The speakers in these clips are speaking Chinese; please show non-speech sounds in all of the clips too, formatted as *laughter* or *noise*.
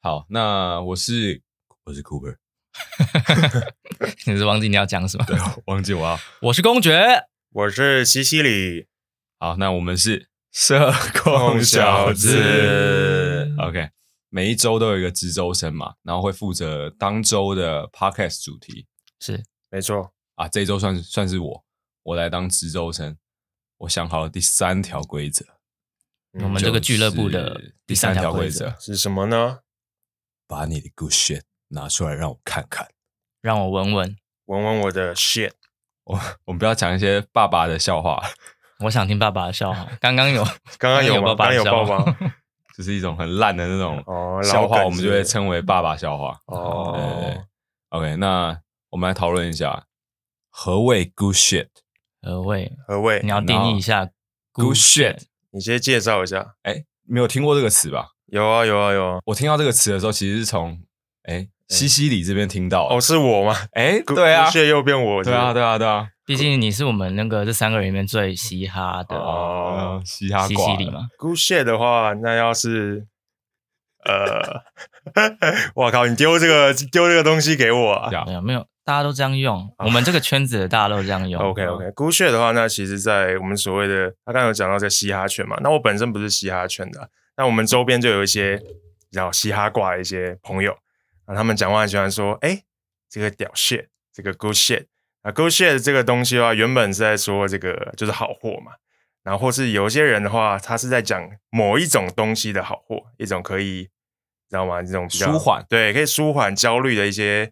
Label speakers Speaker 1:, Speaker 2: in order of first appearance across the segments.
Speaker 1: 好，那我是我是 Cooper，
Speaker 2: 你是忘记你要讲什么？
Speaker 3: 啊
Speaker 1: 对，我忘记我要。
Speaker 2: 我是公爵，
Speaker 3: 我是西西里，
Speaker 1: 好，那我们是社控小子。OK，每一周都有一个值周生嘛，然后会负责当周的 Podcast 主题
Speaker 2: 是
Speaker 3: 没错，
Speaker 1: 啊。这一周算是算是我，我来当值周生。我想好了第三条规则，
Speaker 3: 嗯
Speaker 2: 我们这个俱乐部的
Speaker 1: 就是
Speaker 2: 第
Speaker 1: 第
Speaker 2: 三
Speaker 1: 三
Speaker 2: 条
Speaker 1: 条
Speaker 2: 规
Speaker 1: 规
Speaker 2: 则
Speaker 1: 则，
Speaker 3: 是什么呢？
Speaker 1: 把你的 good shit 拿出来让我看看。
Speaker 2: 让我闻闻，
Speaker 3: 闻闻我的 shit，
Speaker 1: 我我们不要讲一些爸爸的笑话， *laughs*
Speaker 2: 我想听爸爸的笑话。 *laughs* 刚刚有，
Speaker 3: 刚刚有吗？刚
Speaker 2: 刚
Speaker 3: 刚有
Speaker 2: 爸
Speaker 3: 爆
Speaker 2: 爸的笑
Speaker 3: 吗？
Speaker 1: *laughs*
Speaker 2: 话，
Speaker 1: 就是一种很烂的那种
Speaker 3: 哦，
Speaker 1: 笑
Speaker 3: 老梗
Speaker 1: 话，
Speaker 3: 是
Speaker 1: 我们就会称为爸爸笑话。对对对
Speaker 3: 哦，
Speaker 1: OK，那我们来讨论一下何谓 good shit。
Speaker 2: 何谓？
Speaker 3: 何谓
Speaker 2: 呃
Speaker 1: 嗯
Speaker 2: 你？要定义一下
Speaker 1: Good shit，
Speaker 3: 你先介绍一下。
Speaker 1: 哎，没有听过这个词吧？
Speaker 3: 有啊有啊有啊，
Speaker 1: 我听到这个词的时候，其实是从哎西西里这边听到的。
Speaker 3: 哦，是我吗？
Speaker 1: 哎，对啊，
Speaker 3: 血又变我，
Speaker 1: 对啊，对
Speaker 3: 对
Speaker 1: 啊，对啊。
Speaker 2: 毕竟你是我们那个这三个人里面最嘻哈的
Speaker 3: 哦
Speaker 1: 嗯，嘻哈
Speaker 2: 西
Speaker 1: 挂
Speaker 2: 西
Speaker 1: 了
Speaker 2: 里嘛。
Speaker 3: ，good shit 的话，那要是呃， *laughs* 我靠，你丢这个丢这个东西给我啊
Speaker 1: 对啊
Speaker 2: 没有没有，大家都这样用，我们这个圈子的大家都这
Speaker 3: *laughs*
Speaker 2: 样用。
Speaker 3: 哦
Speaker 1: 嗯
Speaker 2: 哦
Speaker 3: OK OK，孤血的话，那其实，在我们所谓的，他刚刚有讲到在嘻哈圈嘛，那我本身不是嘻哈圈的，那我们周边就有一些然后嘻哈挂的一些朋友，然后他们讲话很喜欢说，哎、这个屌 shit，这个 good shit，啊 good shit 这个东西的话，原本是在说这个就是好货嘛，然后或是有一些人的话，他是在讲某一种东西的好货，一种可以知道吗？这种比较
Speaker 1: 舒缓
Speaker 3: 对，可以舒缓焦虑的一些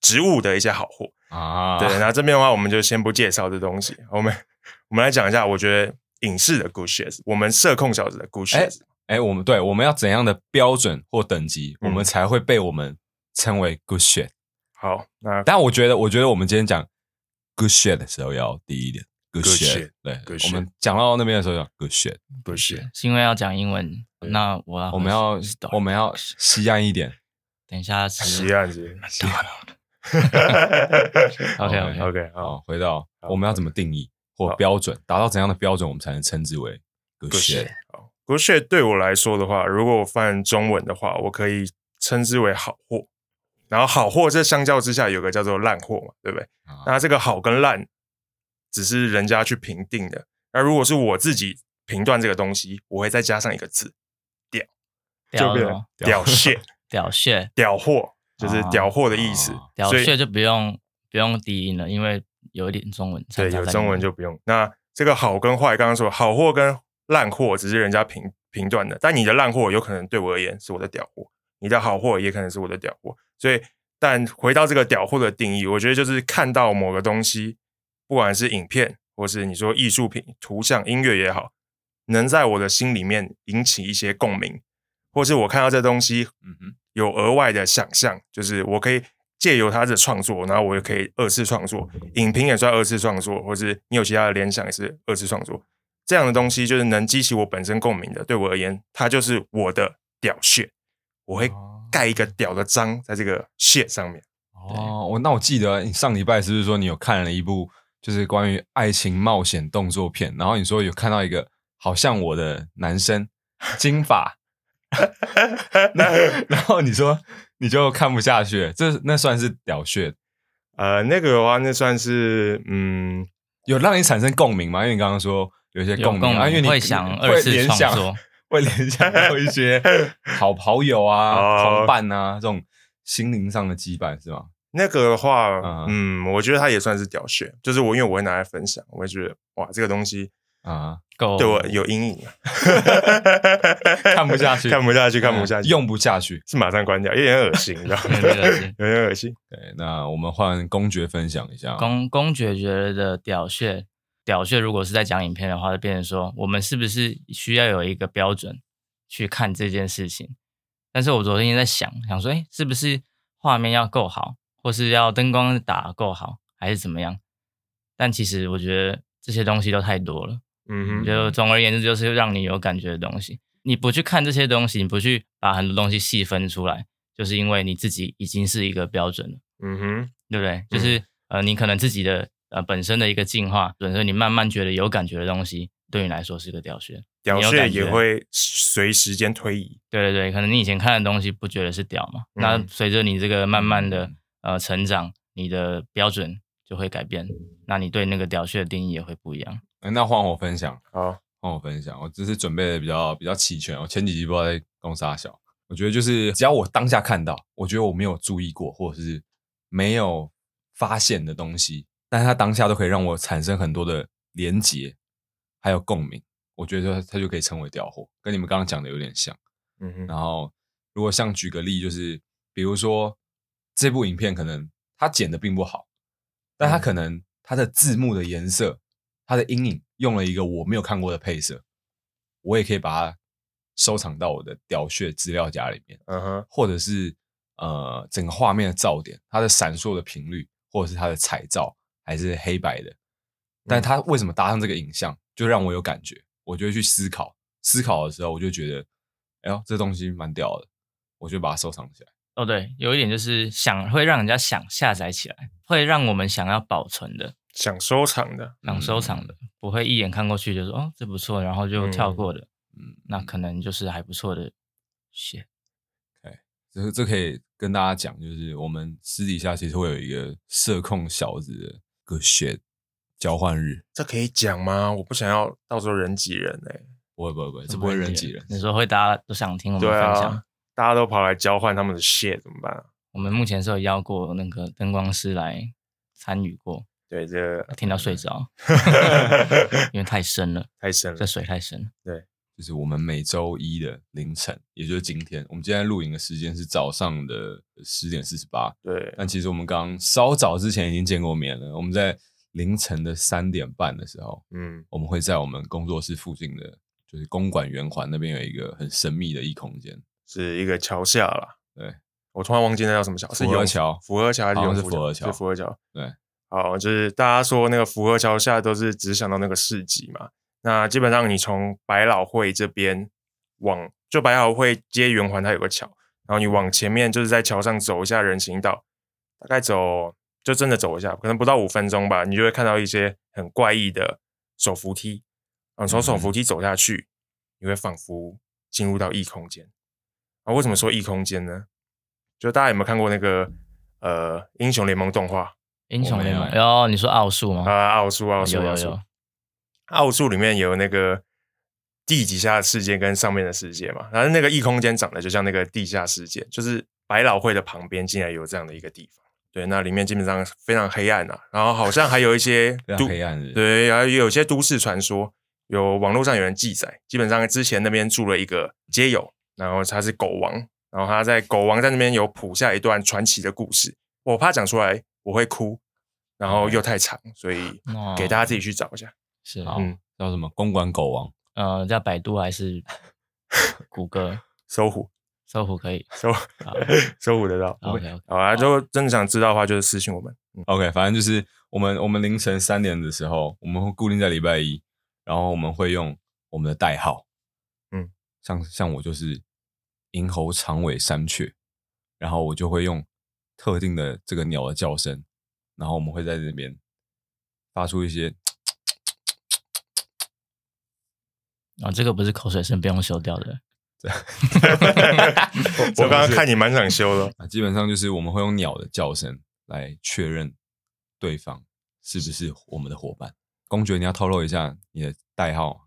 Speaker 3: 植物的一些好货。
Speaker 1: 啊，
Speaker 3: 对，那这边的话，我们就先不介绍这东西，我们我们来讲一下，我觉得影视的 good shit，我们社控小子的 good
Speaker 1: 哎
Speaker 3: shit，
Speaker 1: 哎，我们对我们要怎样的标准或等级，我
Speaker 3: 嗯
Speaker 1: 们才会被我们称为 good shit？
Speaker 3: 好，那
Speaker 1: 但我觉得，我觉得我们今天讲 good shit 的时候要低一点。Good
Speaker 3: Good
Speaker 1: shit，
Speaker 3: shit，
Speaker 1: 对
Speaker 3: good，
Speaker 1: 我
Speaker 3: shit
Speaker 1: 们讲到那边的时候讲 good shit，
Speaker 3: good shit，
Speaker 2: 是因为要讲英文，那我
Speaker 3: 啊
Speaker 2: 要
Speaker 1: 我们要我们要西岸一点。
Speaker 2: 等一下是
Speaker 3: 西岸街 *laughs*
Speaker 2: OK
Speaker 1: OK，
Speaker 2: OK，
Speaker 3: ，OK，好
Speaker 1: 好，啊回到
Speaker 3: 好
Speaker 1: 我们要怎么定义或
Speaker 3: 好
Speaker 1: 标准，达到怎样的标准，我们才能称之为 good
Speaker 3: ，good
Speaker 1: shit？
Speaker 3: shit，好，good shit 对我来说的话，如果我翻中文的话，我可以称之为好货，然后好货这相较之下有个叫做烂货嘛，对不对？
Speaker 1: 啊
Speaker 3: 那这个好跟烂，只是人家去评定的。那如果是我自己评断这个东西，我会再加上一个字“屌”，
Speaker 2: 屌
Speaker 3: 就变
Speaker 2: 什
Speaker 3: 成
Speaker 2: 么
Speaker 3: *laughs* 屌屑、
Speaker 2: 屌屑，
Speaker 3: 屌货，就是
Speaker 2: 啊
Speaker 3: 屌货的意思。
Speaker 1: 啊
Speaker 2: 屌
Speaker 3: 所以
Speaker 2: 屑就不用不用低音了，因为有一点中文掺
Speaker 3: 对，
Speaker 2: 杂在里面。
Speaker 3: 有中文就不用。那这个好跟坏，刚刚说好货跟烂货，只是人家评评断的。但你的烂货有可能对我而言是我的屌货，你的好货也可能是我的屌货。所以，但回到这个屌货的定义，我觉得就是看到某个东西，不管是影片或是你说艺术品、图像、音乐也好，能在我的心里面引起一些共鸣，或是我看到这东西
Speaker 1: 嗯哼，
Speaker 3: 有额外的想象，就是我可以借由他的创作，然后我也可以二次创作，影评也算二次创作，或是你有其他的联想也是二次创作。这样的东西就是能激起我本身共鸣的，对我而言，它就是我的屌屑，我会盖一个屌的章在这个屑上面。 *laughs*
Speaker 1: 哦，我那我记得你上礼拜是不是说你有看了一部就是关于爱情冒险动作片，然后你说有看到一个好像我的男生金发， *laughs* 那然后你说你就看不下去了，这那算是屌血，
Speaker 3: 呃，那个的话，那算是嗯，
Speaker 1: 有让你产生共鸣吗？因为你刚刚说有一些
Speaker 2: 有
Speaker 1: 鸣，
Speaker 2: 共
Speaker 1: 啊、因为你
Speaker 2: 会想
Speaker 1: 你
Speaker 2: 二次
Speaker 1: 联
Speaker 2: 创
Speaker 1: 想
Speaker 2: 作，
Speaker 1: 会联想到一
Speaker 2: *laughs*
Speaker 1: 些好好友啊、
Speaker 3: 哦
Speaker 1: 同伴啊这种心灵上的羁绊，是吗？
Speaker 3: 那个的话，
Speaker 1: 嗯
Speaker 3: 嗯，我觉得它也算是屌屑，就是我因为我会拿来分享，我会觉得哇，这个东西
Speaker 1: 啊，
Speaker 2: 够
Speaker 3: 对我
Speaker 2: *laughs*
Speaker 3: 有阴影啊，
Speaker 1: *laughs* 看不下去嗯
Speaker 3: 看不下去，看不下去，
Speaker 1: 用不下去。
Speaker 3: 是马上关掉，有点恶心，你
Speaker 1: *laughs*
Speaker 3: 知道吗
Speaker 2: 有？点恶心
Speaker 3: 有点恶心。
Speaker 1: 对，那我们换公爵分享一下。
Speaker 2: 公公爵觉得屌屑，屌屑如果是在讲影片的话，就变成说我们是不是需要有一个标准去看这件事情？但是我昨天在想，想说，哎、是不是画面要够好，或是要灯光打够好，还是怎么样？但其实我觉得这些东西都太多了。
Speaker 3: 嗯哼，
Speaker 2: 就总而言之，就是让你有感觉的东西。你不去看这些东西，你不去把很多东西细分出来，就是因为你自己已经是一个标准了。
Speaker 3: 嗯哼，
Speaker 2: 对不对？就是、呃，你可能自己的呃本身的一个进化，所以你慢慢觉得有感觉的东西，对你来说是个屌穴。
Speaker 3: 屌穴也
Speaker 2: 感觉
Speaker 3: 会随时间推移。
Speaker 2: 对对对，可能你以前看的东西不觉得是屌嘛，那
Speaker 3: 嗯
Speaker 2: 随着你这个慢慢的
Speaker 1: 嗯
Speaker 2: 呃成长，你的标准就会改变，那你对那个屌穴的定义也会不一样。
Speaker 1: 呃那换我分享，
Speaker 3: 好，
Speaker 1: 换我分享，我只是准备的比较比较齐全。我前几集不知道在攻啥小，我觉得就是只要我当下看到，我觉得我没有注意过或者是没有发现的东西，但是它当下都可以让我产生很多的连结，还有共鸣。我觉得它它就可以称为调货，跟你们刚刚讲的有点像。
Speaker 3: 嗯哼，
Speaker 1: 然后如果像举个例，就是比如说这部影片可能它剪的并不好，但它可
Speaker 3: 嗯
Speaker 1: 能它的字幕的颜色、它的阴影用了一个我没有看过的配色，我也可以把它收藏到我的屌穴资料夹里面，
Speaker 3: 嗯哼，
Speaker 1: 或者是呃整个画面的噪点、它的闪烁的频率，或者是它的彩照还是黑白的，但它为什么搭上这个影像，就让我有感觉，我就会去思考。思考的时候，我就觉得，哎呦，这东西蛮屌的，我就把它收藏起来。
Speaker 2: 哦，对，有一点就是想会让人家想下载起来，会让我们想要保存的、
Speaker 3: 想收藏的，
Speaker 2: 想收藏的，不会一眼看过去就说哦这不错，然后就跳过的，
Speaker 1: 嗯嗯，
Speaker 2: 那可能就是还不错的写。
Speaker 1: 这这可以跟大家讲，就是我们私底下其实会有一个社控小子的个 shit 交换日，
Speaker 3: 这可以讲吗？我不想要到时候人挤人哎、
Speaker 1: 不会不会不会，这不会人挤人。
Speaker 2: 你说会大家都想听我们
Speaker 3: 对
Speaker 2: 分享？
Speaker 3: 啊，大家都跑来交换他们的 shit 怎么办、啊？
Speaker 2: 我们目前是有邀过那个灯光师来参与过，
Speaker 3: 对，这
Speaker 1: *laughs* 啊
Speaker 3: 个 *laughs*
Speaker 2: 听到睡着，因为太深了，
Speaker 3: 太深了
Speaker 2: 这。水太深了。
Speaker 1: 就是我们每周一的凌晨，也就是今天，我们今天录影的时间是早上的十点四十八，
Speaker 3: 对，啊
Speaker 1: 但其实我们刚稍早之前已经见过面了。我们在凌晨的三点半的时候，
Speaker 3: 嗯，
Speaker 1: 我们会在我们工作室附近的，就是公馆圆环那边有一个很神秘的异空间，
Speaker 3: 是一个桥下啦。
Speaker 1: 对，
Speaker 3: 我突然忘记那叫什么桥，是
Speaker 1: 福和
Speaker 3: 永
Speaker 1: 桥
Speaker 3: 福和桥还是
Speaker 1: 好像
Speaker 3: 永
Speaker 1: 是
Speaker 3: 福
Speaker 1: 福和桥
Speaker 3: 是福和桥。
Speaker 1: 对，
Speaker 3: 好，就是大家说那个福和桥下都是只想到那个市集嘛。那基本上你从百老汇这边往，就百老汇接圆环，它有个桥，然后你往前面就是在桥上走一下人行道，大概走就真的走一下，可能不到五分钟吧，你就会看到一些很怪异的手扶梯。嗯，从手扶梯走下去，你会仿佛进入到异空间。啊，为什么说异空间呢？就大家有没有看过那个呃英雄联盟动画？
Speaker 2: 英雄联
Speaker 1: 我
Speaker 2: 盟，
Speaker 1: 没有哎
Speaker 2: 哦，你说奥数吗？
Speaker 3: 啊，奥数，奥数，
Speaker 2: 有有
Speaker 3: 奥数
Speaker 2: 有，
Speaker 3: 奥数里面有那个地底下的世界跟上面的世界嘛，然后那个异空间长得就像那个地下世界，就是百老汇的旁边竟然有这样的一个地方。对，那里面基本上非常黑暗啊，然后好像还有
Speaker 2: *laughs*
Speaker 3: 一些
Speaker 1: 非
Speaker 3: 都
Speaker 1: 常黑暗日。，
Speaker 3: 对，然后也有些都市传说，有网络上有人记载，基本上之前那边住了一个街友，然后他是狗王，然后他在狗王在那边有谱下一段传奇的故事，我怕讲出来我会哭，然后又太长，所以
Speaker 2: 哦
Speaker 3: 给大家自己去找一下。
Speaker 2: 是
Speaker 1: 好
Speaker 3: 嗯，
Speaker 1: 叫什么公馆狗王？
Speaker 2: 呃，在百度还是谷歌、
Speaker 3: 搜狐，
Speaker 2: 搜狐可以
Speaker 3: 搜 *laughs*
Speaker 2: 好
Speaker 1: *laughs*
Speaker 3: 搜狐得到。
Speaker 2: ？OK OK，
Speaker 3: 好啊，如果真的想知道的话，就是私信我们。
Speaker 2: *laughs*
Speaker 1: OK，反正就是我们我们凌晨三点的时候，我们会固定在礼拜一，然后我们会用我们的代号，
Speaker 3: 嗯，
Speaker 1: 像像我就是银喉长尾山雀，然后我就会用特定的这个鸟的叫声，然后我们会在这边发出一些
Speaker 2: 哦，这个不是口水声，不用修掉的。
Speaker 1: *laughs*
Speaker 3: 我刚刚看你蛮想修的，哦
Speaker 1: 啊，基本上就是我们会用鸟的叫声来确认对方是不是我们的伙伴。公爵，你要透露一下你的代号啊
Speaker 3: *laughs*
Speaker 1: 吗。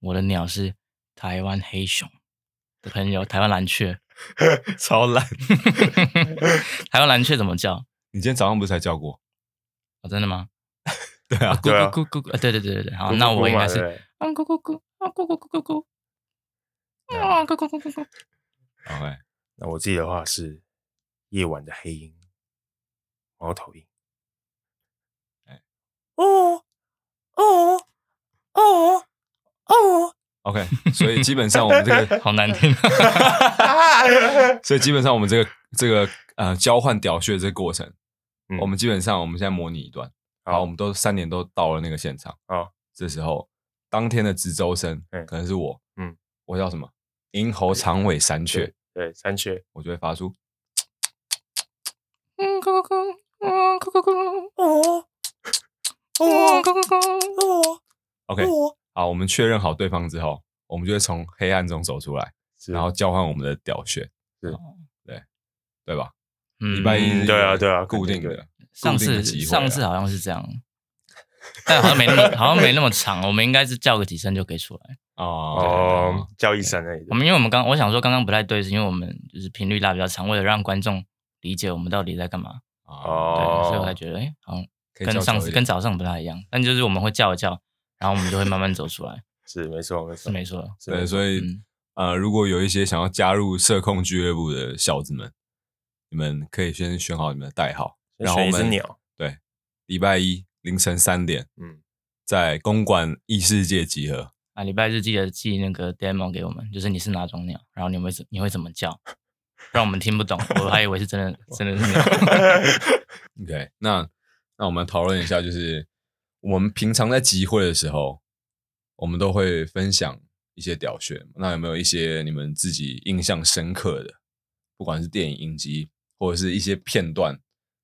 Speaker 2: 我的鸟是台湾黑熊的朋友，台湾蓝雀， *laughs*
Speaker 1: 超烂！
Speaker 2: 台湾蓝雀怎么叫？
Speaker 1: 你今天早上不是才叫过？
Speaker 2: 哦，真的吗？
Speaker 1: 对啊，
Speaker 2: 咕
Speaker 3: *laughs* 对啊
Speaker 2: 咕咕咕咕，呃对对对对对，好，
Speaker 3: 咕咕
Speaker 2: 那
Speaker 3: 咕
Speaker 2: 我应
Speaker 3: 嘛
Speaker 2: 该是
Speaker 3: 对 *laughs* 不对
Speaker 2: 啊咕咕咕啊咕咕咕咕咕啊咕咕咕咕咕，
Speaker 1: OK，
Speaker 3: 那我自己的话是夜晚的黑鹰，猫头鹰。
Speaker 1: 哎
Speaker 3: 哦哦哦哦！
Speaker 1: OK，所以基本上我们这个，
Speaker 2: 好难听。啊
Speaker 3: *laughs*
Speaker 1: 所以基本上我们这个这个呃交换屌穴的这个过程，
Speaker 3: 嗯
Speaker 1: 我们基本上我们现在模拟一段，然后我
Speaker 3: 好，
Speaker 1: 们都三点都到了那个现场，
Speaker 3: 好，
Speaker 1: 这时候当天的值周生
Speaker 3: 嗯
Speaker 1: 可能是我，
Speaker 3: 嗯，哎
Speaker 1: 我叫什么？银喉长尾山雀，
Speaker 3: 对，三缺。
Speaker 1: 我就会发出
Speaker 2: 嗯，咕咕咕，嗯，咕咕咕，
Speaker 3: 哦
Speaker 2: 嗯，咕咕咕，
Speaker 3: 哦
Speaker 1: OK，好，我们确认好对方之后，我们就会从黑暗中走出来，
Speaker 3: 是
Speaker 1: 然后交换我们的屌穴，
Speaker 3: 是
Speaker 1: 对对吧？
Speaker 2: 嗯
Speaker 1: 礼拜一
Speaker 3: 嗯
Speaker 1: 是
Speaker 3: 对啊对啊
Speaker 1: 固定
Speaker 3: 肯定
Speaker 1: 的，
Speaker 2: 上
Speaker 1: 固定的
Speaker 2: 次
Speaker 1: 机会啊
Speaker 2: 上次好像是这样， *laughs* 但好像没那么好像没那么长，我们应该是叫个几声就可以出来。
Speaker 3: 哦
Speaker 1: 哦，，
Speaker 3: 叫医生而已
Speaker 2: 我。们因为我们刚我想说刚刚不太对，是因为我们就是频率拉比较长，为了让观众理解我们到底在干嘛，对，所以我才
Speaker 3: 哦，
Speaker 2: 觉得哎、好像
Speaker 1: 可以
Speaker 2: 跟
Speaker 1: 叫
Speaker 2: 上
Speaker 1: 久
Speaker 2: 次
Speaker 1: 一
Speaker 2: 跟
Speaker 1: 点
Speaker 2: 早上不太一样，但就是我们会叫一叫，然后我们就会慢慢走
Speaker 1: *laughs*
Speaker 2: 出来，
Speaker 3: 是没错没
Speaker 2: 是
Speaker 3: 错
Speaker 2: 没错的。
Speaker 3: 是
Speaker 1: 对，
Speaker 3: 没错
Speaker 1: 所以、
Speaker 2: 嗯
Speaker 1: 呃，如果有一些想要加入社控俱乐部的小子们，你们可以先选好你们的代号，然后
Speaker 3: 选
Speaker 1: 我
Speaker 3: 一只
Speaker 1: 们
Speaker 3: 鸟，
Speaker 1: 对，礼拜一凌晨三点
Speaker 3: 嗯，
Speaker 1: 在公馆异世界集合。
Speaker 2: 啊，礼拜日记得寄那个 demo 给我们，就是你是哪种鸟，然后你会怎你会怎么叫，让我们听
Speaker 1: *laughs*
Speaker 2: 不懂，我还以为是真的真的是鸟。
Speaker 1: OK，那那我们讨论一下，就是我们平常在集会的时候，我们都会分享一些屌穴嘛。那有没有一些你们自己印象深刻的，不管是电影影集，或者是一些片段，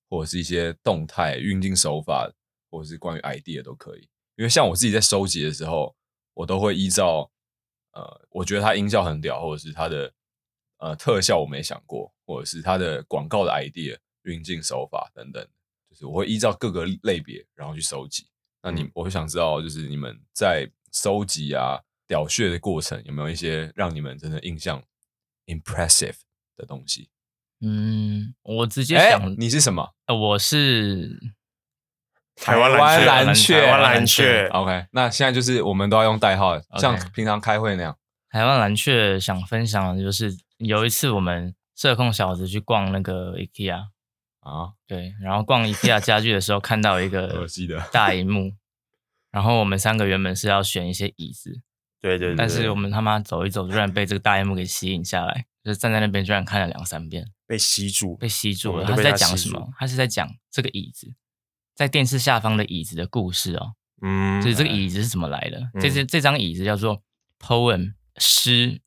Speaker 1: 或者是一些动态运镜手法，或者是关于 idea 都可以。因为像我自己在收集的时候，我都会依照呃，我觉得它音效很屌，或者是它的呃特效我没想过，或者是它的广告的 idea、运镜手法等等，就是我会依照各个类别然后去收集。那你、
Speaker 3: 嗯
Speaker 1: 我就想知道，就是你们在收集啊屌穴的过程，有没有一些让你们真的印象 impressive 的东西？
Speaker 2: 嗯，我直接
Speaker 1: 哎
Speaker 2: 想，
Speaker 1: 你是什么？
Speaker 2: 呃我是
Speaker 3: 台湾
Speaker 1: 台湾
Speaker 3: 蓝
Speaker 1: 蓝
Speaker 3: 雀，啊
Speaker 1: 雀
Speaker 3: 台湾蓝雀，
Speaker 1: OK，那现在就是我们都要用代号
Speaker 2: OK
Speaker 1: 像平常开会那样。
Speaker 2: 台湾蓝雀，想分享的就是有一次我们社控小子去逛那个 IKEA，
Speaker 1: 啊，
Speaker 2: 对，然后逛 IKEA 家具的时候看到一
Speaker 1: 我
Speaker 3: *laughs*
Speaker 2: 个
Speaker 1: 记得
Speaker 2: 大荧幕，然后我们三个原本是要选一些椅子，
Speaker 3: 对对对，
Speaker 2: 但是我们他妈走一走，居然被这个大荧幕给吸引下来，就是站在那边居然看了两三遍，
Speaker 3: 被吸住，
Speaker 2: 被吸住
Speaker 3: 我
Speaker 2: 了。他
Speaker 3: 们都
Speaker 2: 是在
Speaker 3: 被它
Speaker 2: 讲
Speaker 3: 吸
Speaker 2: 什
Speaker 3: 住
Speaker 2: 么？他是在讲这个椅子，在电视下方的椅子的故事哦，
Speaker 3: 嗯，
Speaker 2: 就是这个椅子是怎么来的？
Speaker 3: 嗯
Speaker 2: 这这这张椅子叫做 poem 诗，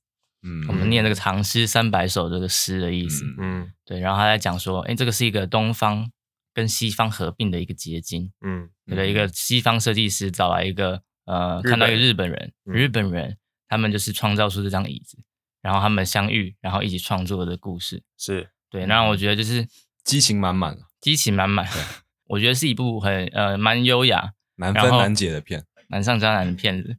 Speaker 1: 嗯
Speaker 2: 我们念这个《唐诗三百首》这个诗的意思。
Speaker 1: 嗯
Speaker 3: 嗯
Speaker 2: 对，然后他在讲说，哎，这个是一个东方跟西方合并的一个结晶。
Speaker 3: 嗯
Speaker 2: 对不对？一个西方设计师找来一个呃，
Speaker 3: 日
Speaker 2: 看到一
Speaker 3: 本
Speaker 2: 个日本人，
Speaker 3: 嗯
Speaker 2: 日本人他们就是创造出这张椅子，然后他们相遇，然后一起创作的故事。
Speaker 3: 是
Speaker 2: 对，那我觉得就是
Speaker 1: 激情满满，
Speaker 2: 激情满满， *laughs* 我觉得是一部很呃蛮优雅、
Speaker 1: 难
Speaker 2: 然
Speaker 1: 分
Speaker 2: 后
Speaker 1: 难解的片。
Speaker 2: 难上加难的片子。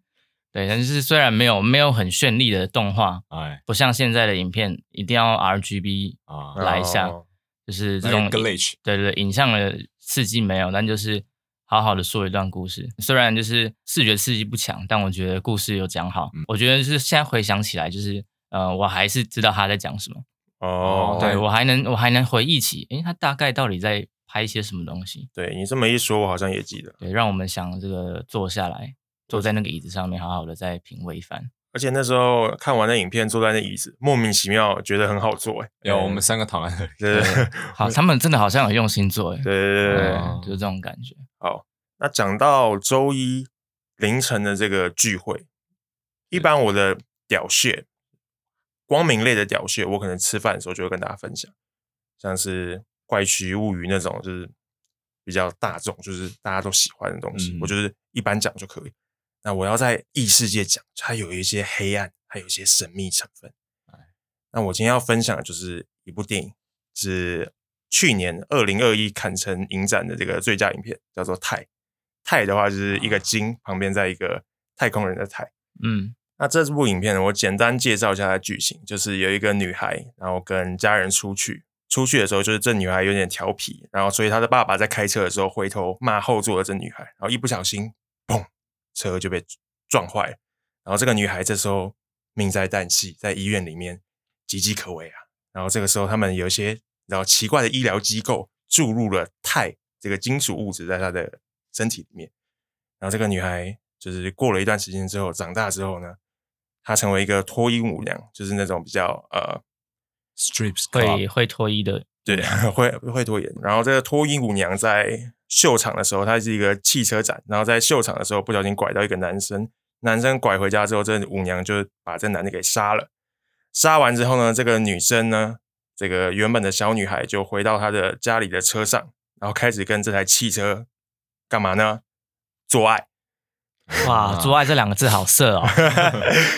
Speaker 2: 对，但是虽然没有没有很绚丽的动画，
Speaker 1: 哎
Speaker 2: 不像现在的影片一定要 R G B，
Speaker 1: 啊，
Speaker 2: 来一下
Speaker 3: 哦
Speaker 2: 就是这
Speaker 1: 来
Speaker 2: 种
Speaker 1: 个 glitch
Speaker 2: 对对，对影像的刺激没有，但就是好好的说一段故事。虽然就是视觉刺激不强，但我觉得故事有讲好。我觉得就是现在回想起来，就是呃，我还是知道他在讲什么，
Speaker 3: 哦，
Speaker 2: 对
Speaker 1: 对
Speaker 2: 我还能我还能回忆起，诶，他大概到底在拍一些什么东西？
Speaker 3: 对你这么一说，我好像也记得。
Speaker 2: 对，让我们想这个坐下来，坐在那个椅子上面，好好的再品味一番。
Speaker 3: 而且那时候看完那影片，坐在那椅子，莫名其妙觉得很好坐，哎，
Speaker 1: 有我们三个躺在那里。
Speaker 3: 对对对
Speaker 2: 好，他们真的好像有用心做，诶，
Speaker 3: 对对对
Speaker 1: 嗯。
Speaker 2: 就是这种感觉。
Speaker 3: 好，那讲到周一凌晨的这个聚会，一般我的屌穴，光明类的屌穴，我可能吃饭的时候就会跟大家分享，像是《怪奇物语》那种，就是比较大众，就是大家都喜欢的东西，
Speaker 1: 嗯
Speaker 3: 我就是一般讲就可以。那我要在异世界讲，它有一些黑暗，还有一些神秘成分。那我今天要分享的就是一部电影，是去年二零二一坎城影展的这个最佳影片，叫做《泰》。泰的话就是一个鲸、旁边在一个太空人的泰。
Speaker 2: 嗯
Speaker 3: 那这部影片呢，我简单介绍一下它的剧情，就是有一个女孩，然后跟家人出去，出去的时候就是这女孩有点调皮，然后所以她的爸爸在开车的时候回头骂后座的这女孩，然后一不小心，砰，车就被撞坏了。然后这个女孩这时候命在旦夕，在医院里面岌岌可危啊。然后这个时候他们有一些然后奇怪的医疗机构注入了钛这个金属物质在她的身体里面，然后这个女孩就是过了一段时间之后，长大之后呢，她成为一个脱衣舞娘，就是那种比较呃
Speaker 1: Strips
Speaker 2: 会
Speaker 3: 啊
Speaker 1: Club
Speaker 2: 会脱衣的，
Speaker 3: 对， *laughs* 会会拖延。然后这个脱衣舞娘在秀场的时候，她是一个汽车展，然后在秀场的时候不小心拐到一个男生，男生拐回家之后，这舞娘就把这男的给杀了。杀完之后呢，这个女生呢，这个原本的小女孩就回到她的家里的车上，然后开始跟这台汽车干嘛呢？做爱。 *laughs*
Speaker 2: 哇，做爱这两个字好色哦，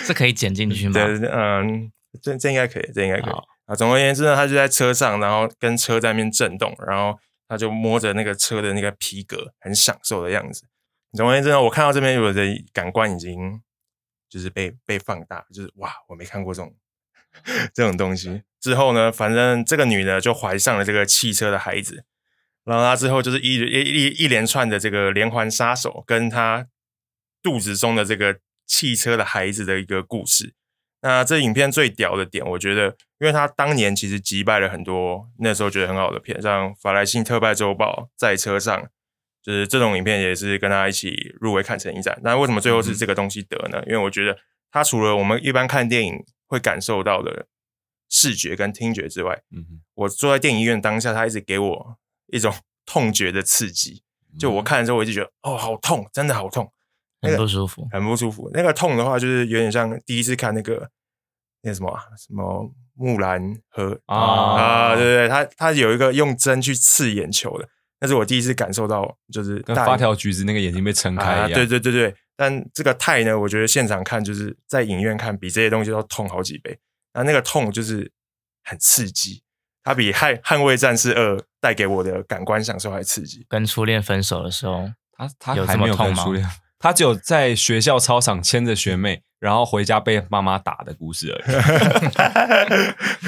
Speaker 2: 这可以剪进去吗？
Speaker 3: 对，嗯，这这应该可以，这应该可以
Speaker 2: 好
Speaker 3: 啊。总而言之呢，他就在车上，然后跟车在那边震动，然后他就摸着那个车的那个皮革，很享受的样子。总而言之呢，我看到这边我的感官已经就是被被放大，就是哇，我没看过这种 *laughs* 这种东西。之后呢，反正这个女的就怀上了这个汽车的孩子，然后她之后就是一一一一连串的这个连环杀手跟她肚子中的这个汽车的孩子的一个故事。那这影片最屌的点，我觉得，因为他当年其实击败了很多那时候觉得很好的片，像《法莱信特派周报》在车上，就是这种影片也是跟他一起入围看成影展。那为什么最后是这个东西得呢？因为我觉得它除了我们一般看电影会感受到的视觉跟听觉之外，
Speaker 1: 嗯哼，
Speaker 3: 我坐在电影院当下，它一直给我一种 *laughs* 痛觉的刺激。
Speaker 1: 嗯
Speaker 3: 就我看的时候，我就觉得哦，好痛，真的好痛。
Speaker 2: 很不舒服。
Speaker 3: 很不舒服。那个痛的话，就是有点像第一次看那个那个什么啊什么木兰和
Speaker 1: 啊
Speaker 3: 啊、对对对，它它有一个用针去刺眼球的，那是我第一次感受到，就是
Speaker 1: 跟
Speaker 3: 大
Speaker 1: 发条橘子那个眼睛被撑开一
Speaker 3: 啊，
Speaker 1: 样，
Speaker 3: 对对对对。但这个泰呢，我觉得现场看就是在影院看，比这些东西都痛好几倍。那那个痛就是很刺激，它比捍捍卫战士二带给我的感官享受还刺
Speaker 1: *laughs*
Speaker 3: 激。
Speaker 2: 跟初恋分手的时候，
Speaker 1: 他他
Speaker 2: 有
Speaker 1: 还
Speaker 2: 这么
Speaker 1: 没有
Speaker 2: 痛
Speaker 1: 跟
Speaker 2: 吗
Speaker 1: 初恋，他只有在学校操场牵着学妹，然后回家被妈妈打的故事 *laughs* 而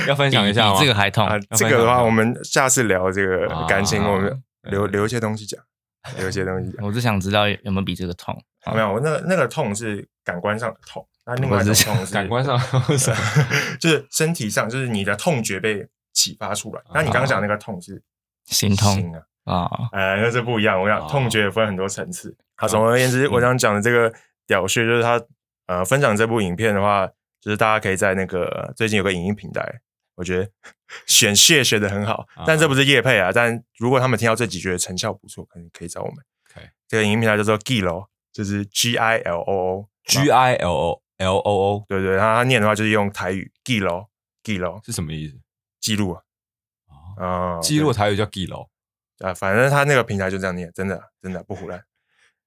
Speaker 1: 已。要分享一下
Speaker 2: 比
Speaker 1: 吗？
Speaker 2: 比这个还痛。
Speaker 3: 啊，
Speaker 1: 要
Speaker 3: 这
Speaker 1: 分
Speaker 3: 个的
Speaker 1: 享
Speaker 3: 话，
Speaker 1: 吗
Speaker 3: 我们下次聊这个
Speaker 1: 啊
Speaker 3: 感情，我们
Speaker 1: 对
Speaker 3: 留留一些东西讲，留一些东西讲。
Speaker 2: 我只想知道有有没有比这个痛。
Speaker 3: 没有，我那个那个痛是感官上的痛，那另外一
Speaker 2: 我
Speaker 3: 种
Speaker 2: 只
Speaker 3: 痛是
Speaker 1: 感官上是
Speaker 3: *laughs* 就是身体上，就是你的痛觉被启发出来。
Speaker 1: 啊
Speaker 3: 那你刚刚讲那个痛是
Speaker 2: 心痛
Speaker 3: 啊，
Speaker 2: 啊，
Speaker 3: 哎，那是不一样。我跟你
Speaker 1: 哦嗯
Speaker 3: 讲，痛觉也分很多层次。好，总而言之，我想讲的这个屌穴就是他呃分享这部影片的话，就是大家可以在那个最近有个影音平台，我觉得 *laughs* 选穴选的很好
Speaker 1: 啊，
Speaker 3: 但这不是叶配啊。但如果他们听到这几觉得成效不错，可能可以找我们。
Speaker 1: OK
Speaker 3: 这个影音平台叫做 Gilo，就是 G I L O O。
Speaker 1: *laughs* G I L O L O O
Speaker 3: 对对，他他念的话就是用台语 “gi 咯 gi 咯
Speaker 1: 是什么意思？”
Speaker 3: 记录啊，
Speaker 1: 哦
Speaker 3: 啊、
Speaker 1: 记录台语叫 G 楼，
Speaker 3: 啊，反正他那个平台就这样念，真的真的不胡乱。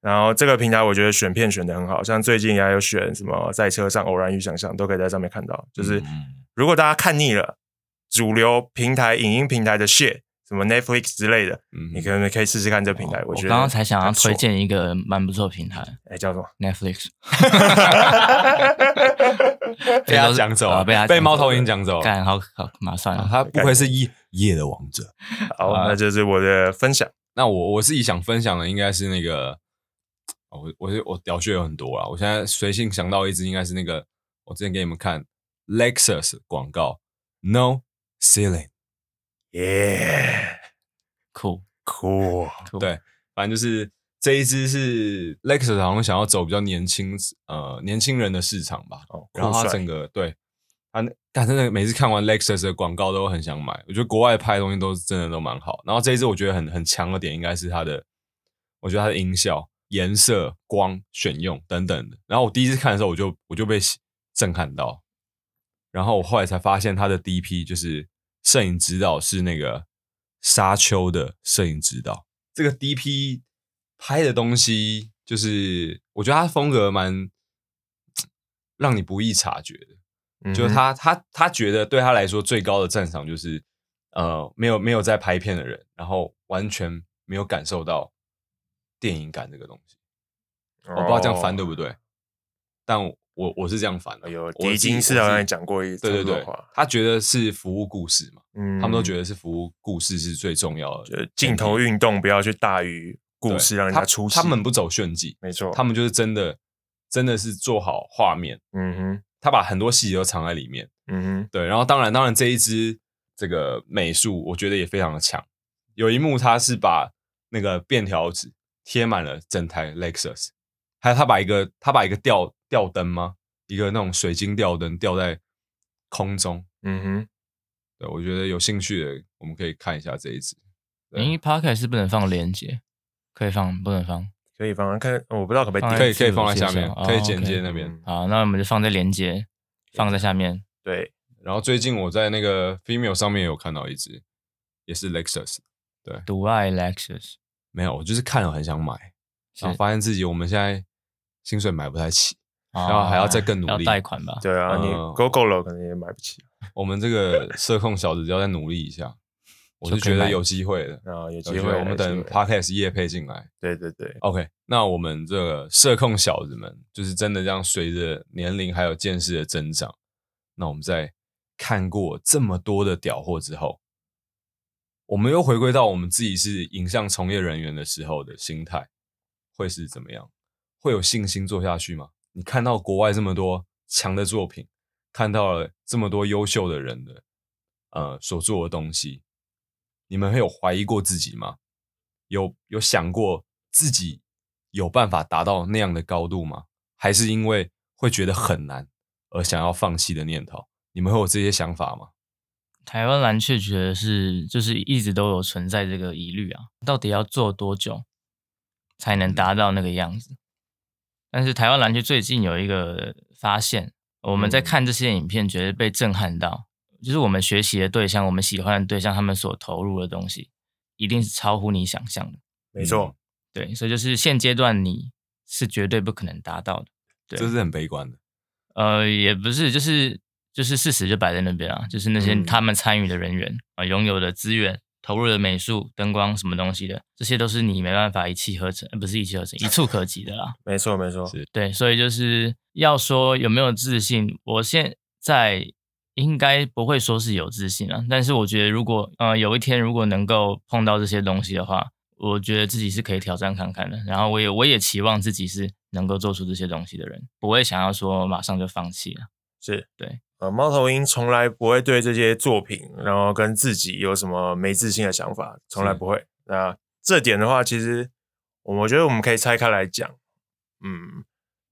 Speaker 3: 然后这个平台我觉得选片选的很好，像最近还有选什么在车上偶然与想象都可以在上面看到。就是
Speaker 1: 嗯
Speaker 3: 如果大家看腻了主流平台影音平台的 shit，什么 Netflix 之类的，
Speaker 1: 嗯哦
Speaker 3: 你可能可以试试看这平台。我
Speaker 2: 我
Speaker 3: 觉得
Speaker 2: 刚刚才想要
Speaker 3: 很
Speaker 2: 推
Speaker 3: 爽，
Speaker 2: 荐一个蛮不错的平台
Speaker 3: 哎，叫
Speaker 1: *laughs*
Speaker 3: 什么？
Speaker 2: ，Netflix，
Speaker 1: 被他讲走
Speaker 2: 啊
Speaker 1: 了，
Speaker 2: 被他
Speaker 1: 被
Speaker 2: 讲
Speaker 1: 猫
Speaker 2: 走
Speaker 1: 头鹰
Speaker 2: 了
Speaker 1: 讲走了。
Speaker 2: 干好好麻算
Speaker 1: 啊
Speaker 2: 了。
Speaker 1: 他不愧是 *laughs* 夜夜的王者。
Speaker 3: 好，
Speaker 1: 啊
Speaker 3: 那就是我的分享。
Speaker 1: 那我我自己想分享的应该是那个，哦我我我屌穴有很多啦，我现在随性想到一支应该是那个，我之前给你们看 Lexus 广告 No Ceiling，
Speaker 3: 耶，
Speaker 2: 酷，
Speaker 3: 酷，
Speaker 2: 酷
Speaker 1: 对反正就是这一支是 Lexus 好像想要走比较年轻呃年轻人的市场吧，
Speaker 3: 哦
Speaker 1: 然后
Speaker 3: 酷
Speaker 1: 它
Speaker 3: 帅
Speaker 1: 整个对它那，但真的每次看完 Lexus 的广告都很想买。我觉得国外拍的东西都真的都蛮好。然后这一支我觉得很很强的点应该是它的，我觉得它的音效、颜色、光选用等等的。然后我第一次看的时候，我就我就被震撼到。然后我后来才发现，它的第一批就是摄影指导是那个沙丘的摄影指导。这个 DP 拍的东西，就是我觉得他风格蛮让你不易察觉的。
Speaker 3: 嗯
Speaker 1: 就是
Speaker 3: 哼
Speaker 1: 他他他觉得对他来说最高的赞赏就是，呃，没有没有在拍片的人，然后完全没有感受到电影感这个东西。我不知道这样翻对不对，但我我是这样翻的。
Speaker 3: 哦哎呦，
Speaker 1: 我
Speaker 3: 狄
Speaker 1: 自己
Speaker 3: 金斯好像也讲过一
Speaker 1: 对对
Speaker 3: 差不多
Speaker 1: 对
Speaker 3: 话，
Speaker 1: 他觉得是服务故事嘛，
Speaker 3: 嗯
Speaker 1: 他们都觉得是服务故事是最重要的
Speaker 3: 就
Speaker 1: 前提。
Speaker 3: 是镜头运动不要去大于
Speaker 1: 嗯
Speaker 3: 故
Speaker 1: 对
Speaker 3: 事，让人
Speaker 1: 他
Speaker 3: 家出戏。
Speaker 1: 他们不走炫技，
Speaker 3: 没错，
Speaker 1: 他们就是真的真的是做好画面，
Speaker 3: 嗯哼
Speaker 1: 他把很多细节都藏在里面。
Speaker 3: 嗯哼
Speaker 1: 对，然后当然当然这一支这个美术我觉得也非常的强，有一幕他是把那个便条纸贴满了整台 Lexus，还有他把一个他把一个吊吊灯吗？一个那种水晶吊灯吊在空中。
Speaker 3: 嗯哼，
Speaker 1: 对，我觉得有兴趣的我们可以看一下这一支。对
Speaker 2: 因为 Podcast 是不能放连接，可以放不能放。
Speaker 3: 可以放看，我不知道可不可以
Speaker 2: 放
Speaker 3: 点
Speaker 1: 可以
Speaker 2: 自
Speaker 1: 可以
Speaker 2: 我
Speaker 1: 放在
Speaker 2: 介
Speaker 1: 下
Speaker 2: 绍
Speaker 1: 面，
Speaker 2: 哦
Speaker 1: 可以简
Speaker 2: OK
Speaker 1: 介那边。
Speaker 3: 嗯
Speaker 2: 好，那我们就放在连接，放在下面。
Speaker 3: 对，
Speaker 1: 然后最近我在那个 Female 上面有看到一支，也是 Lexus，
Speaker 2: 独爱 Lexus，
Speaker 1: 哦没有，我就是看了很想买，然后发现自己我们现在薪水买不太起，然后还要再更努
Speaker 2: 哦要
Speaker 1: 力。
Speaker 2: 贷款吧？
Speaker 3: 对啊，你
Speaker 1: 嗯
Speaker 3: GoGo 楼可能也买不起
Speaker 1: 我们这个
Speaker 3: *laughs*
Speaker 1: 社控小子要再努力一下，我是
Speaker 2: 就可以
Speaker 1: 觉得
Speaker 2: 买
Speaker 1: 有机会的。
Speaker 3: 啊，有
Speaker 1: 有
Speaker 3: 机
Speaker 1: 机
Speaker 3: 会
Speaker 1: 会，我们等嗯
Speaker 3: 有机会
Speaker 1: podcast 业配进来。
Speaker 3: 对对对，
Speaker 1: OK，那我们这个社控小子们，就是真的这样随着年龄还有见识的增长，那我们在看过这么多的屌货之后，我们又回归到我们自己是影像从业人员的时候的心态，会是怎么样？会有信心做下去吗？你看到国外这么多强的作品，看到了这么多优秀的人的呃所做的东西，你们会有怀疑过自己吗？有有想过自己有办法达到那样的高度吗？还是因为会觉得很难而想要放弃的念头？你们会有这些想法吗？
Speaker 2: 台湾蓝雀觉得是就是一直都有存在这个疑虑啊，到底要做多久才能达到那个样子？但是台湾蓝雀最近有一个发现，我们在
Speaker 3: 嗯
Speaker 2: 看这些影片，觉得被震撼到，就是我们学习的对象，我们喜欢的对象，他们所投入的东西，一定是超乎你想象的。
Speaker 3: 没
Speaker 1: 嗯
Speaker 3: 错，
Speaker 2: 对，所以就是现阶段你是绝对不可能达到的。对
Speaker 1: 这是很悲观的。
Speaker 2: 呃，也不是，就是就是事实就摆在那边啊，就是那些
Speaker 3: 嗯
Speaker 2: 他们参与的人员啊、呃拥有的资源、投入的美术、灯光什么东西的，这些都是你没办法一气呵成，呃不是一气呵成，一触可及的啦。
Speaker 3: 没错，没错，
Speaker 1: 是
Speaker 2: 对，所以就是要说有没有自信，我现在应该不会说是有自信啊，但是我觉得如果呃有一天如果能够碰到这些东西的话，我觉得自己是可以挑战看看的。然后我也我也期望自己是能够做出这些东西的人，不会想要说马上就放弃啊。
Speaker 3: 是
Speaker 2: 对。
Speaker 3: 呃，猫头鹰从来不会对这些作品，然后跟自己有什么没自信的想法，从来
Speaker 1: 是
Speaker 3: 不会。那这点的话，其实我觉得我们可以拆开来讲。嗯，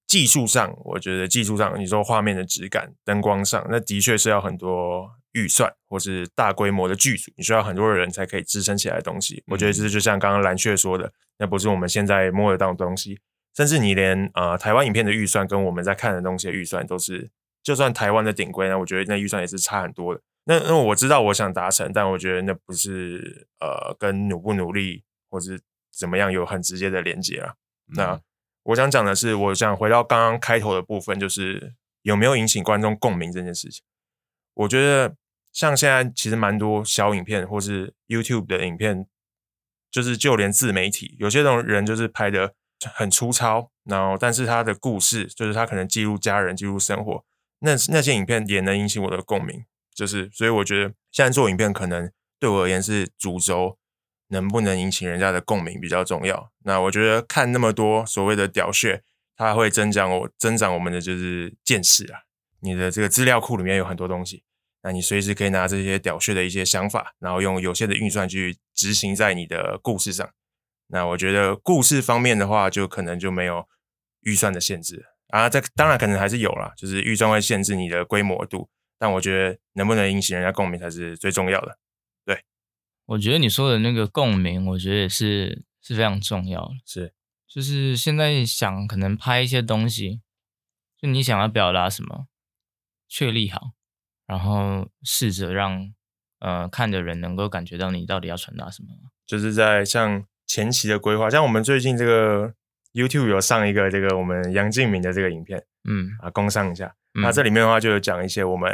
Speaker 3: 技术上，我觉得技术上，你说画面的质感、灯光上，那的确是要很多预算或是大规模的剧组，你需要很多人才可以支撑起来的东西。我觉得这就像刚刚蓝雀说的，那不是我们现在摸得到的东西。甚至你连呃台湾影片的预算跟我们在看的东西的预算都是，就算台湾的顶规呢，我觉得那预算也是差很多的。那那我知道我想达成，但我觉得那不是呃跟努不努力或是怎么样有很直接的连接啊。那
Speaker 1: 嗯
Speaker 3: 我想讲的是，我想回到刚刚开头的部分，就是有没有引起观众共鸣这件事情。我觉得像现在其实蛮多小影片或是 YouTube 的影片，就是就连自媒体，有些种人就是拍的很粗糙，然后但是他的故事就是他可能记录家人、记录生活，那那些影片也能引起我的共鸣。就是所以我觉得现在做影片可能对我而言是主轴，能不能引起人家的共鸣比较重要。那我觉得看那么多所谓的屌穴，它会增长我增长我们的就是见识啊。你的这个资料库里面有很多东西，那你随时可以拿这些屌穴的一些想法，然后用有限的预算去执行在你的故事上。那我觉得故事方面的话，就可能就没有预算的限制啊。这当然可能还是有啦，就是预算会限制你的规模度，但我觉得能不能引起人家共鸣才是最重要的。
Speaker 2: 我觉得你说的那个共鸣，我觉得也是是非常重要的。
Speaker 3: 是，
Speaker 2: 就是现在想可能拍一些东西，就你想要表达什么，确立好，然后试着让呃看的人能够感觉到你到底要传达什么。
Speaker 3: 就是在像前期的规划，像我们最近这个 YouTube 有上一个这个我们杨敬敏的这个影片
Speaker 2: 嗯，
Speaker 3: 啊，工上一下。
Speaker 2: 嗯
Speaker 3: 那这里面的话就有讲一些我们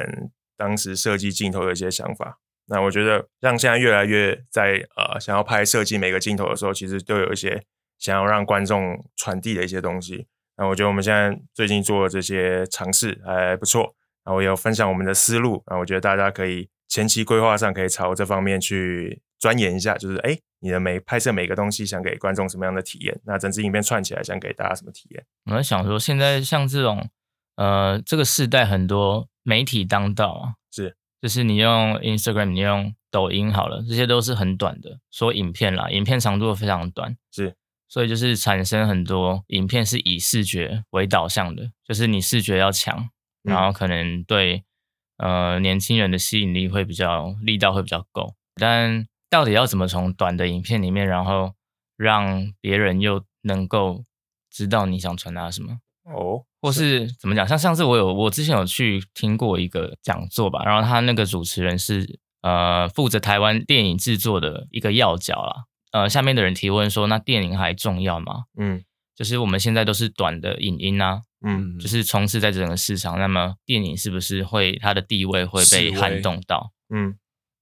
Speaker 3: 当时设计镜头的一些想法。那我觉得像现在越来越在呃想要拍设计每个镜头的时候，其实都有一些想要让观众传递的一些东西。那我觉得我们现在最近做的这些尝试还不错，然后也有分享我们的思路。那我觉得大家可以前期规划上可以朝这方面去钻研一下，就是哎，诶你的每拍摄每个东西想给观众什么样的体验？那整支影片串起来想给大家什么体验？
Speaker 2: 我在想说，现在像这种呃这个世代很多媒体当道啊，
Speaker 3: 是，
Speaker 2: 就是你用 Instagram，你用抖音好了，这些都是很短的，说影片啦，影片长度非常短，
Speaker 3: 是，
Speaker 2: 所以就是产生很多影片是以视觉为导向的，就是你视觉要强，
Speaker 3: 嗯
Speaker 2: 然后可能对、呃年轻人的吸引力会比较力道会比较够，但到底要怎么从短的影片里面，然后让别人又能够知道你想传达什么？
Speaker 3: 哦，
Speaker 2: 或是怎么讲？像上次我有我之前有去听过一个讲座吧，然后他那个主持人是呃负责台湾电影制作的一个要角啦。呃，下面的人提问说：“那电影还重要吗
Speaker 3: 嗯，？”
Speaker 2: 就是我们现在都是短的影音啊，
Speaker 3: 嗯，
Speaker 1: 嗯，
Speaker 2: 就是充斥在整个市场。那么电影是不是会它的地位会被
Speaker 1: 示威
Speaker 2: 撼动到？
Speaker 3: 嗯，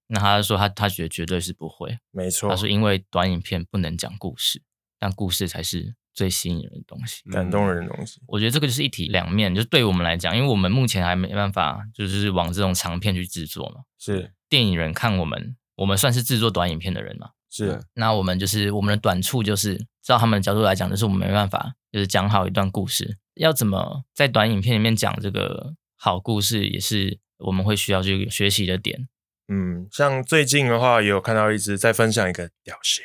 Speaker 2: 那他说他他觉得绝对是不会。
Speaker 3: 没
Speaker 1: 哦
Speaker 3: 错
Speaker 2: 他，说因为短影片不能讲故事，但故事才是最吸引人的东
Speaker 1: 嗯
Speaker 2: 西。
Speaker 3: 感动人的东西，
Speaker 2: 我觉得这个就是一体两面，就是对我们来讲，因为我们目前还没办法就是往这种长片去制作嘛。
Speaker 3: 是
Speaker 2: 电影人看我们，我们算是制作短影片的人嘛。
Speaker 1: 对
Speaker 3: 是，
Speaker 2: 那我们就是我们的短处就是，照他们的角度来讲，就是我们没办法，就是讲好一段故事，要怎么在短影片里面讲这个好故事，也是我们会需要去学习的点。
Speaker 3: 嗯，像最近的话，也有看到一只在分享一个屌蟹，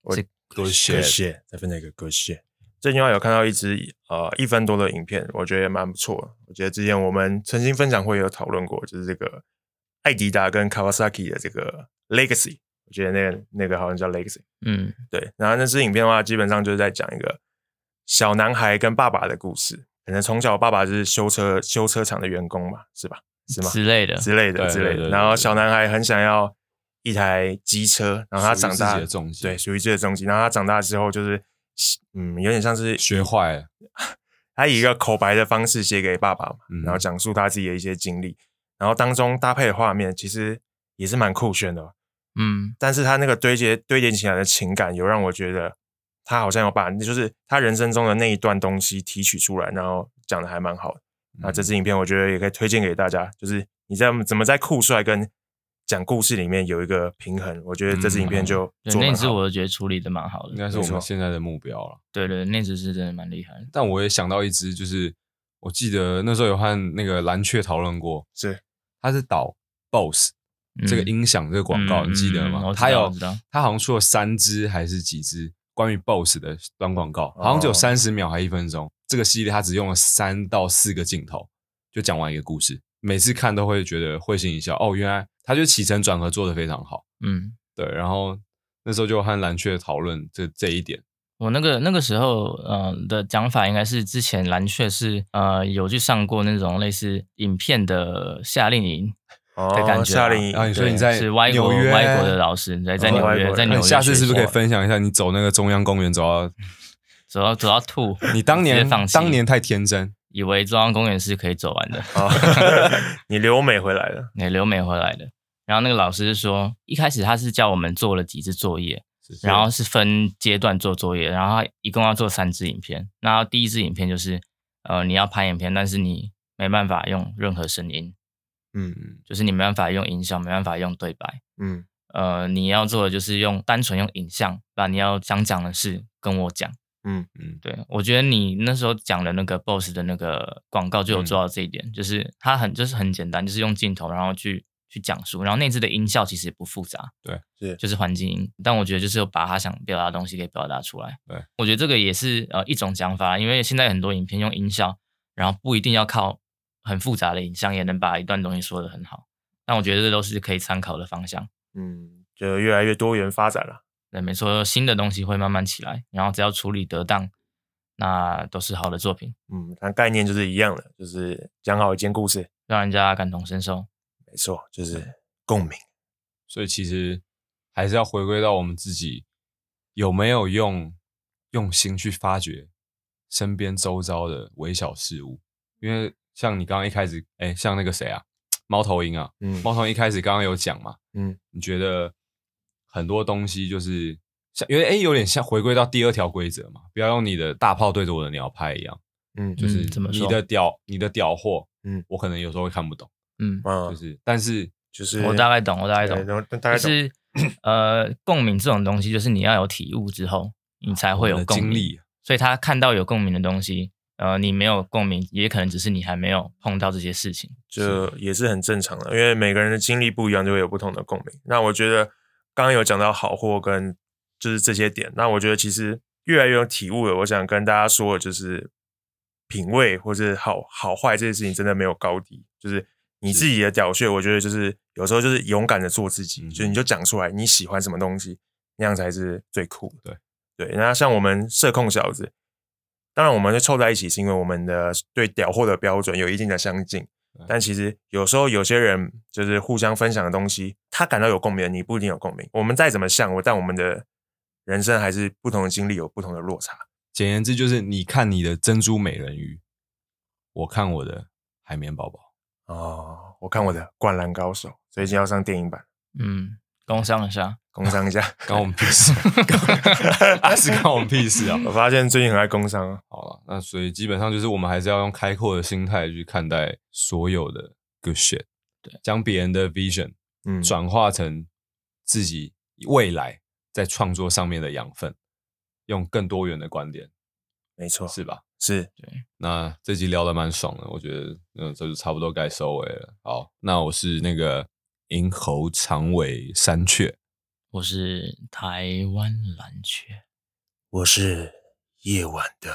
Speaker 3: 我
Speaker 2: 这
Speaker 3: 割
Speaker 1: 蟹
Speaker 3: 蟹，蟹在分享一个割蟹。最近的话有看到一支呃一分多的影片，我觉得也蛮不错的。我觉得之前我们曾经分享会有讨论过，就是这个艾迪达跟 Kawasaki 的这个 Legacy，我觉得那个那个好像叫 Legacy。
Speaker 2: 嗯，
Speaker 3: 对，然后那支影片的话，基本上就是在讲一个小男孩跟爸爸的故事。可能从小爸爸是修车修车厂的员工嘛，是吧？是吗？
Speaker 2: 之类的。
Speaker 3: 之类的
Speaker 1: 对
Speaker 3: 之
Speaker 1: 对
Speaker 3: 类
Speaker 1: 对
Speaker 3: 的。
Speaker 1: 对
Speaker 3: 然后
Speaker 1: 对
Speaker 3: 小男孩很想要一台机车，然后他
Speaker 1: 属于
Speaker 3: 长
Speaker 1: 自
Speaker 3: 大
Speaker 1: 己的重心
Speaker 3: 对，属于自己的重心。然后他长大之后就是，嗯，有点像是
Speaker 1: 学坏了，
Speaker 3: 他以一个口白的方式写给爸爸嘛，
Speaker 1: 嗯
Speaker 3: 然后讲述他自己的一些经历，然后当中搭配的画面其实也是蛮酷炫的哦。
Speaker 2: 嗯
Speaker 3: 但是他那个堆叠堆叠起来的情感，有让我觉得他好像有把，就是他人生中的那一段东西提取出来，然后讲的还蛮好的。那
Speaker 1: 嗯
Speaker 3: 这支影片我觉得也可以推荐给大家，就是你在怎么在酷帅跟讲故事里面有一个平衡，我觉得这支影片就
Speaker 2: 嗯对，
Speaker 3: 做得
Speaker 2: 那
Speaker 3: 蛮
Speaker 2: 支
Speaker 3: 好。
Speaker 2: 我觉得处理的蛮好
Speaker 1: 应该
Speaker 2: 的。
Speaker 1: 是我
Speaker 3: 没错
Speaker 1: 们现在的目标了。
Speaker 2: 对对，那支是真的蛮厉害的。
Speaker 1: 但我也想到一支，就是我记得那时候有和那个蓝雀讨论过，
Speaker 3: 是
Speaker 1: 他是导 BOSS
Speaker 2: 嗯
Speaker 1: 这个音响这个广告，
Speaker 2: 嗯
Speaker 1: 你记得
Speaker 2: 嗯嗯嗯
Speaker 1: 吗？
Speaker 2: 我知道
Speaker 1: 他有
Speaker 2: 我知道
Speaker 1: 他好像出了三支还是几支关于 BOSS 的短广告，好像只有
Speaker 3: 哦
Speaker 1: 三十秒还一分钟。这个系列他只用了三到四个镜头就讲完一个故事，每次看都会觉得会心一笑。哦，原来他就起承转合做得非常好。
Speaker 2: 嗯，
Speaker 1: 对，然后那时候就和蓝雀讨论这这一点。
Speaker 2: 我那个那个时候，呃的讲法应该是之前蓝雀是呃有去上过那种类似影片的夏令营，的感觉
Speaker 3: 哦，
Speaker 2: 啊
Speaker 3: 夏令
Speaker 1: 然后
Speaker 3: 营
Speaker 1: 你说你在
Speaker 2: 是外国
Speaker 1: 纽约
Speaker 2: 外国的老师在在
Speaker 3: 哦
Speaker 2: 纽
Speaker 3: 外国
Speaker 2: 约
Speaker 3: 人
Speaker 2: 在
Speaker 1: 那
Speaker 2: 纽
Speaker 1: 你
Speaker 2: 约，
Speaker 1: 哎下次是不是可以分享一下你走那个中央公园走到
Speaker 2: 走到走到吐？ *laughs*
Speaker 1: 你当
Speaker 2: 直
Speaker 1: 年
Speaker 2: 接放弃
Speaker 1: 当年太天真，
Speaker 2: 以为中央公园是可以走完的， *laughs*
Speaker 3: 哦 *laughs* 你留美回来了，
Speaker 2: 也留美回来的。然后那个老师是说，一开始他是叫我们做了几次作业，然后是分阶段做作业，然后他一共要做三支影片。那第一支影片就是，呃，你要拍影片，但是你没办法用任何声音，
Speaker 3: 嗯
Speaker 1: 嗯
Speaker 2: 就是你没办法用音效，没办法用对白。
Speaker 3: 嗯
Speaker 2: 呃，你要做的就是用单纯用影像把你要想讲的事跟我讲。
Speaker 3: 嗯
Speaker 1: 嗯，
Speaker 2: 对，我觉得你那时候讲的那个 BOSS 的那个广告就有
Speaker 1: 嗯
Speaker 2: 做到这一点，就是它很就是很简单，就是用镜头然后去去讲述，然后那次的音效其实也不复杂，
Speaker 1: 对，
Speaker 3: 是
Speaker 2: 就是环境音，但我觉得就是有把他想表达的东西给表达出来。
Speaker 1: 对，
Speaker 2: 我觉得这个也是呃一种讲法，因为现在很多影片用音效，然后不一定要靠很复杂的影像也能把一段东西说的很好，但我觉得这都是可以参考的方向。
Speaker 3: 嗯，就越来越多元发展了。
Speaker 2: 对，没错，新的东西会慢慢起来，然后只要处理得当，那都是好的作品。
Speaker 3: 嗯，但概念就是一样的，就是讲好一件故事，
Speaker 2: 让人家感同身受。
Speaker 3: 没错，就是共鸣。
Speaker 1: 所以其实还是要回归到我们自己有没有用用心去发掘身边周遭的微小事物，因为像你刚刚一开始，哎，像那个谁啊，猫头鹰啊，
Speaker 3: 嗯
Speaker 1: 猫头鹰一开始刚刚有讲嘛，
Speaker 3: 嗯，
Speaker 1: 你觉得很多东西就是像有点哎，有点像回归到第二条规则嘛，不要用你的大炮对着我的鸟拍一样，
Speaker 3: 嗯
Speaker 1: 就是
Speaker 2: 嗯怎么
Speaker 1: 你
Speaker 2: 说
Speaker 1: 的屌你的屌货，
Speaker 3: 嗯
Speaker 1: 我可能有时候会看不懂，
Speaker 2: 嗯，
Speaker 3: 啊
Speaker 1: 就，是但是
Speaker 3: 就是
Speaker 2: 我大概懂，我大概
Speaker 3: 对
Speaker 2: 懂，
Speaker 3: 然后大
Speaker 2: 就
Speaker 3: 概懂
Speaker 2: 是呃，共鸣这种东西，就是你要有体悟之后，你才会
Speaker 1: 我
Speaker 2: 有
Speaker 1: 的
Speaker 2: 共
Speaker 1: 经
Speaker 2: 鸣。
Speaker 1: 历，
Speaker 2: 所以他看到有共鸣的东西，呃，你没有共鸣，也可能只是你还没有碰到这些事情。
Speaker 3: 这也是很正常的，因为每个人的经历不一样，就会有不同的共鸣。那我觉得刚刚有讲到好货跟就是这些点，那我觉得其实越来越有体悟了。我想跟大家说的就是，品味或是好好坏这件事情真的没有高低，就是你自己的屌穴，我觉得就是有时候就是勇敢的做自己，
Speaker 1: 嗯
Speaker 3: 就是你就讲出来你喜欢什么东西，那样才是最酷的。对，那像我们社控小子，当然我们会凑在一起，是因为我们的对屌货的标准有一定的相近
Speaker 1: 对。
Speaker 3: 但其实有时候有些人就是互相分享的东西，他感到有共鸣，你不一定有共鸣。我们再怎么像，我但我们的人生还是不同的经历有不同的落差。
Speaker 1: 简言之，就是你看你的珍珠美人鱼，我看我的海绵宝宝。
Speaker 3: 哦，我看我的《灌篮高手》最近要上电影版，
Speaker 2: 嗯，工商一下，
Speaker 3: 工商一 *laughs* 下。
Speaker 1: 关我们屁事，
Speaker 2: *laughs*
Speaker 1: 那是关我们屁事啊！
Speaker 3: 我发现最近很爱工商啊，
Speaker 1: 好了，那所以基本上就是我们还是要用开阔的心态去看待所有的 good shit，
Speaker 2: 对，
Speaker 1: 将别人的 vision
Speaker 3: 嗯，
Speaker 1: 转化成自己未来在创作上面的养分，用更多元的观点，
Speaker 3: 没错，
Speaker 1: 是吧？
Speaker 3: 是
Speaker 1: 那这集聊得蛮爽的，我觉得嗯，这就差不多该收尾了。好，那我是那个银喉长尾山雀，
Speaker 2: 我是台湾蓝雀。 *laughs*
Speaker 3: 我是夜晚的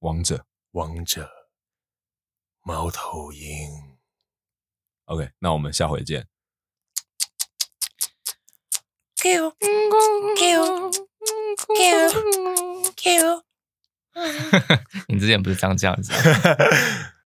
Speaker 1: 王者。
Speaker 3: 王者，猫头 *laughs* 鹰。
Speaker 1: OK，那我们下回见。
Speaker 4: Q Q Q Q。
Speaker 2: 你之前不是这样这样子啊？